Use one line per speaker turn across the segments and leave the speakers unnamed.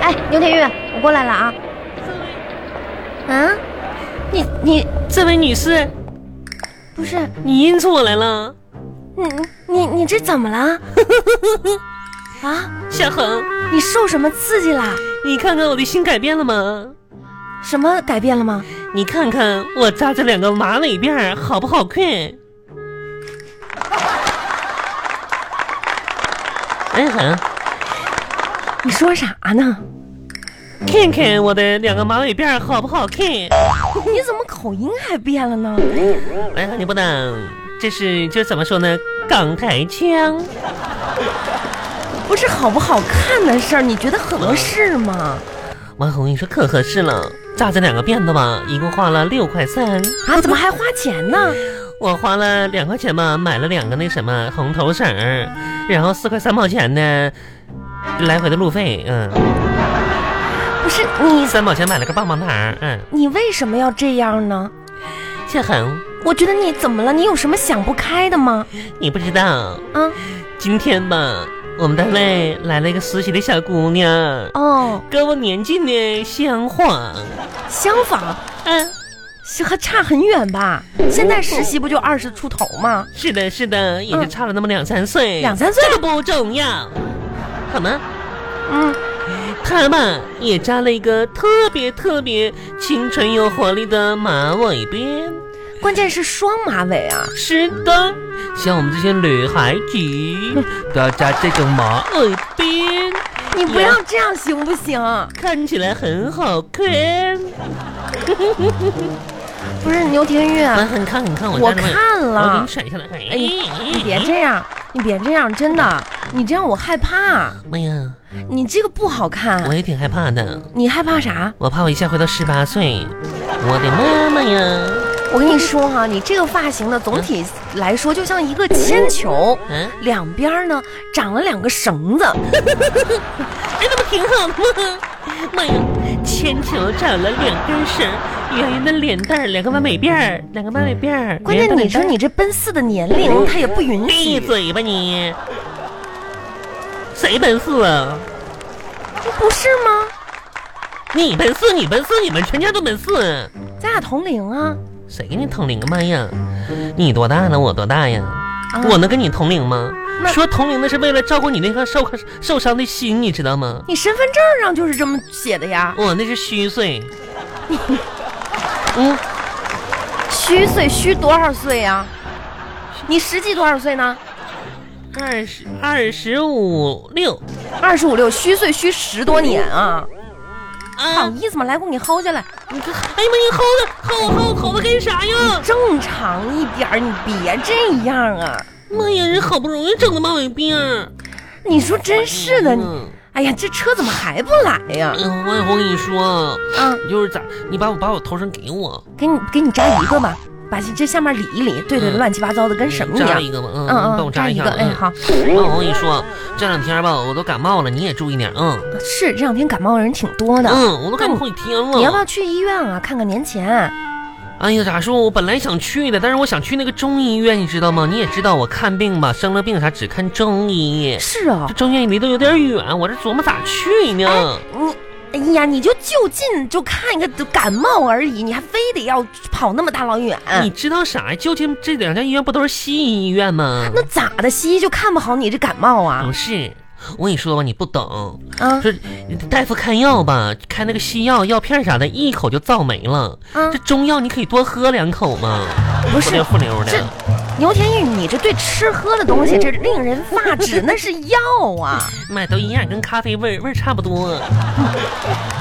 哎，牛天玉，我过来了啊。啊，你你
这位女士，
不是
你认出我来了，
你你你这怎么了？ 啊，
小恒，
你受什么刺激啦？
你看看我的心改变了吗？
什么改变了吗？
你看看我扎这两个马尾辫儿好不好看？哎，恒，
你说啥呢？
看看我的两个马尾辫儿好不好看？
你怎么口音还变了呢？
哎呀，你不能，这是就怎么说呢？港台腔。
不是好不好看的事儿，你觉得合适吗？
王红，你说可合适了，扎这两个辫子吧，一共花了六块三。
啊，怎么还花钱呢？
我花了两块钱吧，买了两个那什么红头绳儿，然后四块三毛钱呢，来回的路费，嗯，
不是你
三毛钱买了个棒棒糖儿，嗯，
你为什么要这样呢？
谢恒，
我觉得你怎么了？你有什么想不开的吗？
你不知道，
啊，
今天吧，我们单位来了一个实习的小姑娘，
哦，
跟我年纪呢相仿，
相啊仿
嗯，
是和差很远吧？现在实习不就二十出头吗？
是的，是的，也就
嗯
差了那么两三岁，
两三岁
这个不重要，好吗？
嗯，
他吧也扎了一个特别特别清纯有活力的马尾辫。
关键是双马尾啊，
是的，像我们这些女孩子都要扎这种马尾辫，
你不要这样行不行？
看起来很好看。
不是牛天啊玉，
来，你啊看，你看，我
我
扎这么
看了
我给你甩下来。哎
哎，你别这样，你别这样，真的，你这样我害怕，
妈哎呀，
你这个不好看
我，也挺害怕的，
你害怕啥？
我怕我一下回到十八岁。我的妈妈呀！
我跟你说哈、你这个发型呢，总体来说就像一个铅球，
嗯，
两边儿呢长了两个绳子，
哎，那不挺好的吗？妈呀，铅球长了两根绳，圆圆的脸蛋儿，两个马尾辫儿，两个马尾辫儿。
关键
圆圆的
你
脸蛋
说
儿
你这奔四的年龄，他也不允许，
闭嘴吧你！谁奔四啊？
不是吗？
你奔四，你奔四，你们全家都奔四。
咱俩同龄啊，
谁跟你同龄啊？妈呀，你多大了？我多大呀？
啊
我能跟你同龄吗？
那
说同龄那是为了照顾你那颗受受伤的心，你知道吗？
你身份证上就是这么写的呀，
我那是虚岁。嗯，
虚岁虚多少岁呀？你实际多少岁呢？
二十二十五六
二十五六，虚岁虚十多年啊！好
啊！
意思吗？来，给你薅下来，
你看，哎呀妈，你吼的吼吼吼的干啥呀？
正常一点儿，你别这样啊！
妈呀，人好不容易整的马尾辫儿。
你说真是的，你
嗯
哎呀，这车怎么还不来呀？
嗯，万红，我跟你说，
啊，
就是咋，你把我把我头绳给我，
给你给你扎一个吧，把这下面理一理，对对，
嗯
乱七八糟的，跟什么一
扎
样
一？个吧，
嗯
嗯，你帮我
嗯，
扎
扎
一
一
下，
个，哎，
嗯。
好，
万红，我跟你说，这两天吧，我都感冒了，你也注意点，嗯
是这两天感冒的人挺多的，
嗯，我都感冒好几天了。
你要不要去医院啊？看看年前，
哎呀，咋说？我本来想去的，但是我想去那个中医院，你知道吗？你也知道我看病吧，生了病啥只看中医，
是哦
这，中医院离得有点远，我这琢磨咋去呢？
你。哎呀，你就就近就看一个感冒而已，你还非得要跑那么大老远？
你知道啥呀？究竟这两家医院不都是西医医院吗？
那咋的？西医就看不好你这感冒啊
不？是，我跟你说吧，你不懂。
啊
说大夫开药吧，开那个西药药片啥的，一口就造没了。
啊
这！中药你可以多喝两口嘛，
不
不
是
溜不溜
这
的。
牛天玉，你这对吃喝的东西，这令人发 指，那是药啊！
妈，都一样，跟咖啡味儿味儿差不多。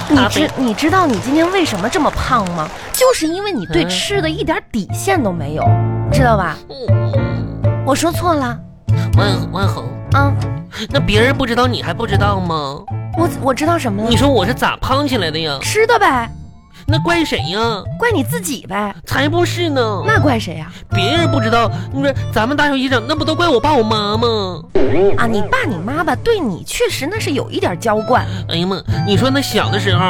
你
咖啡
知你知道你今天为什么这么胖吗？就是因为你对
嗯
吃的一点底线都没有，知道吧？
嗯
我说错了
万万恒，
啊！
那别人不知道，你还不知道吗？
我我知道什么
你
了？
说我是咋胖起来的呀？
吃的呗。
那怪谁呀？
怪你自己呗。
才不是呢！
那怪谁啊呀、
别人不知道，你说咱们大小姨整，那不都怪我爸我妈吗？
啊？你爸你妈吧，对你确实那是有一点娇惯。
哎呀妈！你说那小的时候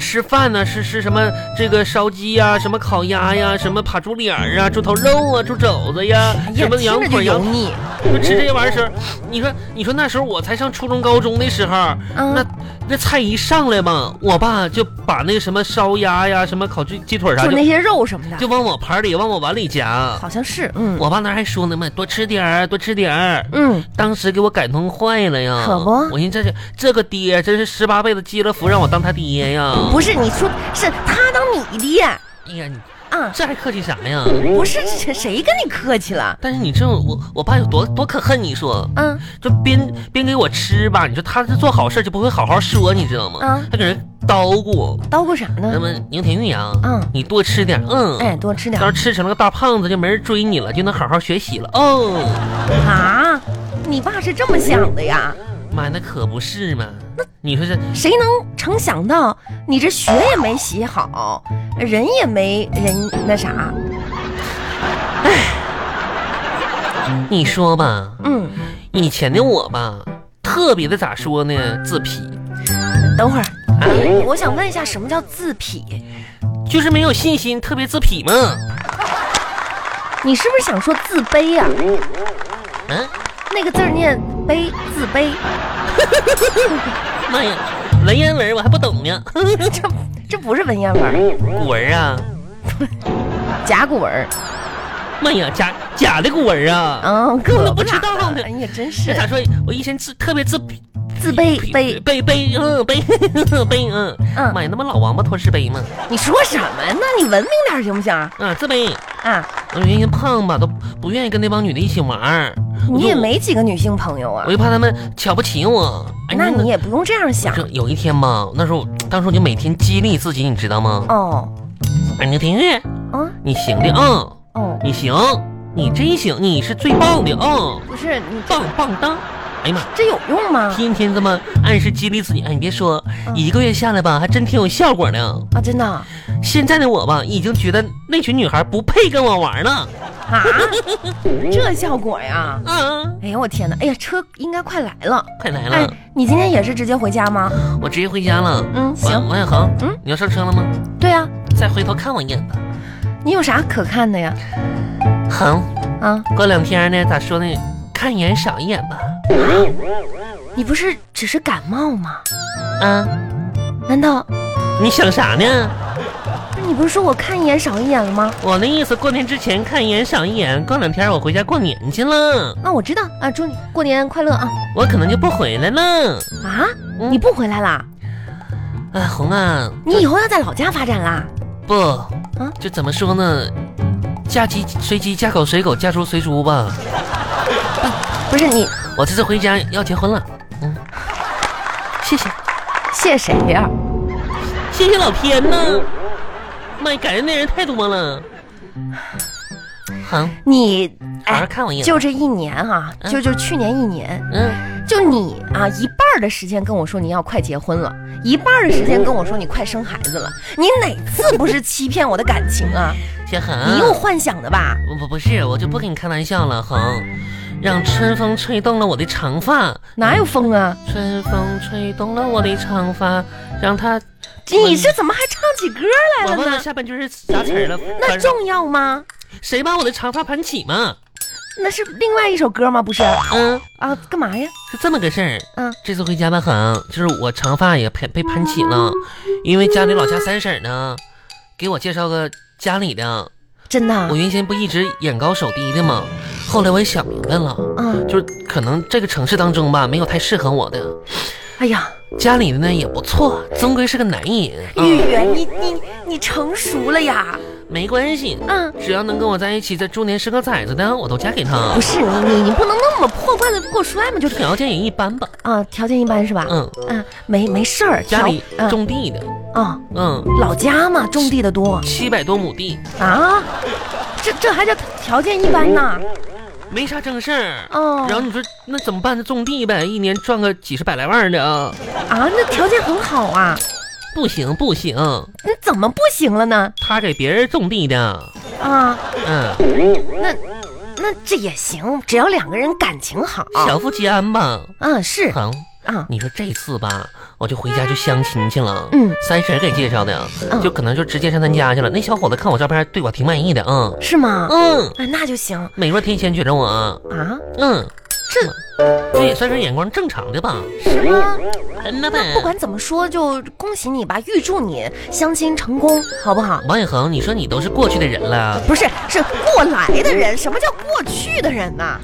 吃饭呢、是是什么这个烧鸡呀、什么烤鸭呀、什么扒猪脸儿啊、猪头肉啊、猪肘子呀、
哎呀
什，么
听
羊
着就
腿、
油
羊
腻。
就吃这些玩意儿时候，你说你说那时候我才上初中高中的时候，
嗯
那那菜一上来嘛，我爸就把那个什么烧鸭呀、什么烤鸡鸡腿啥
就
就
那些肉什么的，
就往我盘里往我碗里夹。
好像是，嗯
我爸那还说呢嘛，多吃点儿，多吃点儿。
嗯，
当时给我感动坏了呀！
可不
我寻思这是这个爹真是十八辈子积了福，让我当他爹呀！
不是，你说是他当你爹
哎呀，你
啊？
这还客气啥呀？
不是，这谁跟你客气了？
但是你这我我爸有多多可恨？你说，
嗯，
就边边给我吃吧，你说他是做好事就不会好好说，你知道吗？
啊
他给人叨咕，
叨咕啥
那
呢？
么牛田玉啊，
嗯
你多吃点，嗯，
哎，多吃点
到时候吃成了个大胖子就没人追你了，就能好好学习了。哦，
啊！你爸是这么想的呀？
妈，那可不是嘛！你说这
谁能成想到你这学也没习好，人也没人那啥？
你说吧，
嗯，
以前的我吧，特别的咋说呢，自痞，
等会儿
啊，
我想问一下，什么叫自痞？
就是没有信心，特别自痞嘛。
你是不是想说自卑呀、
嗯、
那个字儿念卑，自卑。
妈呀，文言文我还不懂呢。
这这不是文言文儿，
古文啊，
甲骨文儿。
妈呀，假假的古文啊，
嗯，
我
可
都不知道
咋
呢
的哎呀，真
这
是
咋说？我以前自特别自痞
自卑卑。
卑卑嗯卑 卑嗯，
嗯
妈呀，那不老王八拖是卑吗？
你说什么呢？你文明点儿行不行啊？
啊，自卑。
啊，
我原先胖吧，都不愿意跟那帮女的一起玩儿。我
你
就
也，没几个女性朋友啊
我，就怕他们瞧不起我。哎
那
那
你也不用这样想
这有一天吧，那时候当时我就每天激励自己，你知道吗？
哦。
哎，牛廷玉，
啊
你行的啊、嗯
哦，
你行，你真行，你是最棒的啊、嗯
不是你这
棒棒当！哎呀
这有用
妈，
吗？
天天这么暗示激励自己，哎，你别说，
嗯
一个月下来吧，还真挺有效果呢。
啊，真的啊？
现在的我吧，已经觉得那群女孩不配跟我玩了。
啊 这效果呀？
啊，
哎呀，我天哪！哎呀，车应该快来了。
快来
哎
了，，
你今天也是直接回家吗？
我直接回家了。
嗯，
王
行。
王小航，
嗯
你要上车了吗？
对啊，
再回头看我一眼吧。
你有啥可看的呀？
好，
啊，
过两天呢，咋说呢？看一眼少一眼吧。
你不是只是感冒吗？
啊，
难道
你想啥呢？
你不是说我看一眼少一眼了吗？
我那意思，过年之前看一眼少一眼，过两天我回家过年去了，
啊，我知道啊，祝你过年快乐啊！
我可能就不回来了。
啊，
嗯
你不回来啦？
哎，红啊，
你啊以后要在老家发展啦？
不，就怎么说呢？嫁鸡随鸡，嫁狗随狗，嫁猪随猪吧。
不是你
我这次回家要结婚了，嗯，谢谢，
谢谁呀？
谢谢老天呐！妈呀，感恩的人太多了。好，
你
好好看我一眼。
哎就这一年啊，
嗯
就就去年一年，
嗯，
就你啊，一半儿的时间跟我说你要快结婚了，一半儿的时间跟我说你快生孩子了，你哪次不是欺骗我的感情啊？
小恒，
你又幻想的吧？
不不不是，我就不跟你开玩笑了，恒。让春风吹动了我的长发，
哪有风啊？
春风吹动了我的长发，让它。
你这怎么还唱起歌来
我
了
忘了
呢？
下半句是啥词儿了。
哎那重要吗？
谁把我的长发盘起嘛？
那是另外一首歌吗？不是啊？
嗯，
干嘛呀？
是这么个事儿。
嗯，
这次回家吧，很就是我长发也被被盘起了，因为家里老家三婶儿呢，给我介绍个家里的。
真的啊
我？原先不一直眼高手低的嘛，后来我也想明白了，
嗯，
就是可能这个城市当中吧，没有太适合我的。
哎呀，
家里的呢也不错，终归是个男人。
玉
嗯，
圆，你你你成熟了呀？
没关系，
嗯，
只要能跟我在一起，在猪年生个崽子的，我都嫁给他
不。是你你你不能那么破罐子破摔嘛，就是
条件也一般吧，
啊，条件一般是吧？
嗯，
嗯，没没事儿，
家
条
里
嗯
种地的，
啊，
嗯，
老家嘛，种地的多
七百多亩地，
啊，这这还叫条件一般呢？
没啥正事儿。
哦
然后你说那怎么办呢？种地呗，一年赚个几十百来万的啊。
啊，那条件很好啊，
不行不行，
你怎么不行了呢？
他给别人种地的，
啊，
嗯，
那那这也行，只要两个人感情好。
小富即安吧。
嗯，是
疼，
啊，
你说这次吧，我就回家就相亲去了。
嗯，
三婶给介绍的
嗯，
就可能就直接上咱家去了。那小伙子看我照片，对我挺满意的，嗯
是吗？
嗯，
啊，那就行
美若天仙觉着我啊，
啊。
嗯，
这
这也算是眼光正常的吧？
什么？
嗯呐
那不管怎么说，就恭喜你吧，预祝你相亲成功，好不好？
嗯王永恒，你说你都是过去的人了，
不是，是过来的人，什么叫过去的人呐、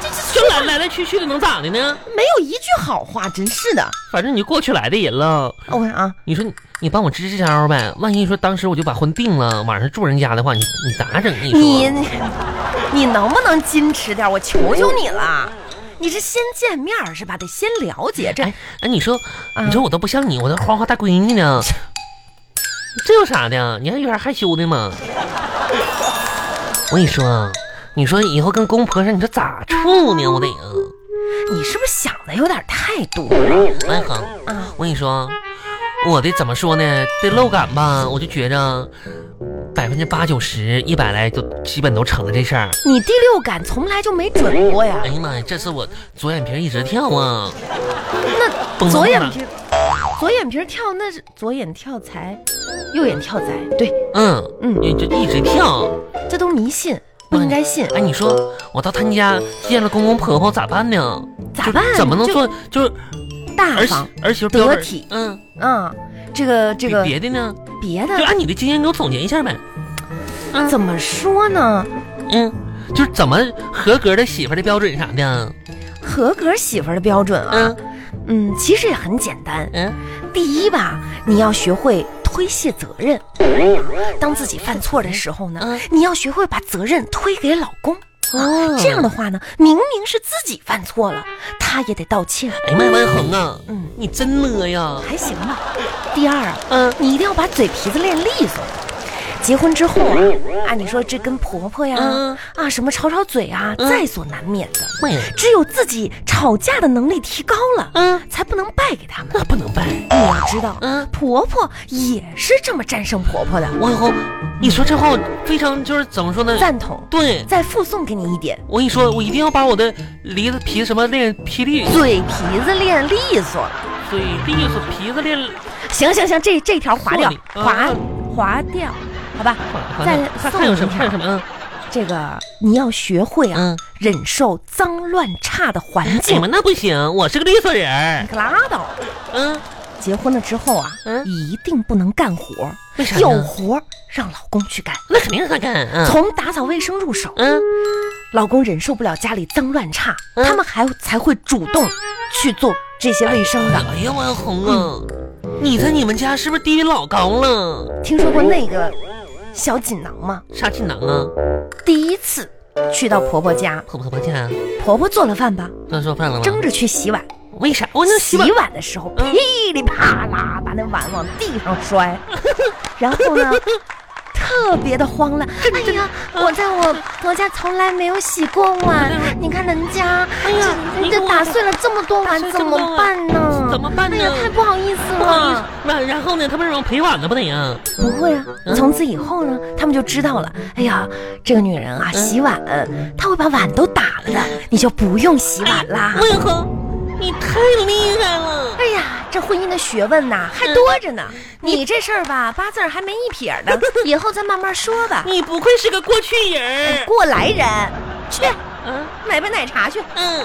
这这
就来来来去去的，能咋的呢？
没有一句好话，真是的。
反正你过去来的人了。
我看啊，
你说你你帮我支支招呗，万一说当时我就把婚定了，晚上住人家的话，你你咋整？你说
你你能不能矜持点？我求求你了。你是先见面儿是吧？得先了解这
哎哎，你说
啊
你说我都不像你，我都花花大闺女呢，这有啥的？你还有点害羞的嘛？ 我跟你说啊，你说以后跟公婆上，你说咋处呢？我得啊，
你是不是想的有点太多了
万恒，
啊？
我跟你说，我的怎么说呢？这漏感吧，我就觉着百分之八九十、一百来都基本都成了这事儿。
你第六感从来就没准过呀
哎。呀妈呀，这是我左眼皮儿一直跳啊！
那
蹦
左眼
蹦
皮，左眼皮跳那是左眼跳财，右眼跳财，对，
嗯
嗯
你就一直跳。
这都是迷信，不应该信。
哎，你说我到他家见了公公婆婆咋办呢？
咋
就
办？
怎么能
就
做？就是
大
儿媳
方
儿媳妇标准
得体
嗯，
啊？这个这个嗯
别的呢？
别
就啊
的
按你的经验给我总结一下呗。
怎么说呢？
嗯，就是怎么合格的媳妇儿的标准啥的。
合格媳妇儿的标准啊
嗯，
嗯，其实也很简单。
嗯，
第一吧，你要学会推卸责任。当自己犯错的时候呢
嗯，
你要学会把责任推给老公。啊
哦
这样的话呢，明明是自己犯错了，他也得道歉。
哎呀妈呀，万恒啊，
嗯
你真呢呀？
还行吧。第二啊，
嗯
你一定要把嘴皮子练利索。结婚之后啊，啊，你说这跟婆婆呀，
嗯
啊，什么吵吵嘴啊，
嗯
在所难免的。
妈呀，
只有自己吵架的能力提高了，
嗯，
才不能败给他们。
那不能办。
你要知道，
嗯
婆婆也是这么战胜婆婆的。
王永红，你说这话我非常就是怎么说呢？
赞同，
对，
再附送给你一点，
我跟你说，我一定要把我的梨子皮什么练霹雳，
嘴皮子练利索。
嘴利索，皮子练
行行行，这这条划掉
说，你嗯
划划掉，好吧？再
还
送
还有
你一
什么？还有什
条。
么？嗯
这个你要学会啊，
嗯，哎
忍受脏乱差的环
你
境。
们那不行，我是个利索人
你
儿。
可拉倒！
嗯，
结婚了之后啊，
嗯
一定不能干活，
为啥呢
有活儿让老公去干，
那肯定让他干。嗯
从打扫卫生入手。
嗯，
老公忍受不了家里脏乱差，
嗯
他们还才会主动去做这些卫生的。
哎呀，王红啊，
嗯
你在你们家是不是地位老高了？
听说过那个小锦囊吗？
啥智能啊？
第一次去到婆婆家，
婆婆婆家
婆婆做了饭吧，
乱做饭了
争
吗？
着去洗碗。
为啥？哦我那洗
洗
碗
碗的时候，
嗯
噼里啪啦把那碗往地上摔， 然后呢，特别的慌乱。哎呀，我在我婆家从来没有洗过碗，你看人家，
哎呀
这
你
这
给我
打碎了这么多碗，
打碎
怎
这么多
么办呢？
怎么办呢
哎呀，太不好意思
不好意思
了。，
完然后呢？他们让我赔碗了不得啊？
不会啊，
嗯
从此以后呢，他们就知道了。哎呀，这个女人啊，洗碗，她会把碗都打了的，你就不用洗碗啦。
王永红，你太厉害了。
哎呀，这婚姻的学问呐、还多着呢。你这事儿吧，八字儿还没一撇儿呢，以后再慢慢说吧。
你不嗯愧是个过去人儿。
过来人，去
嗯
买杯奶茶去。
嗯，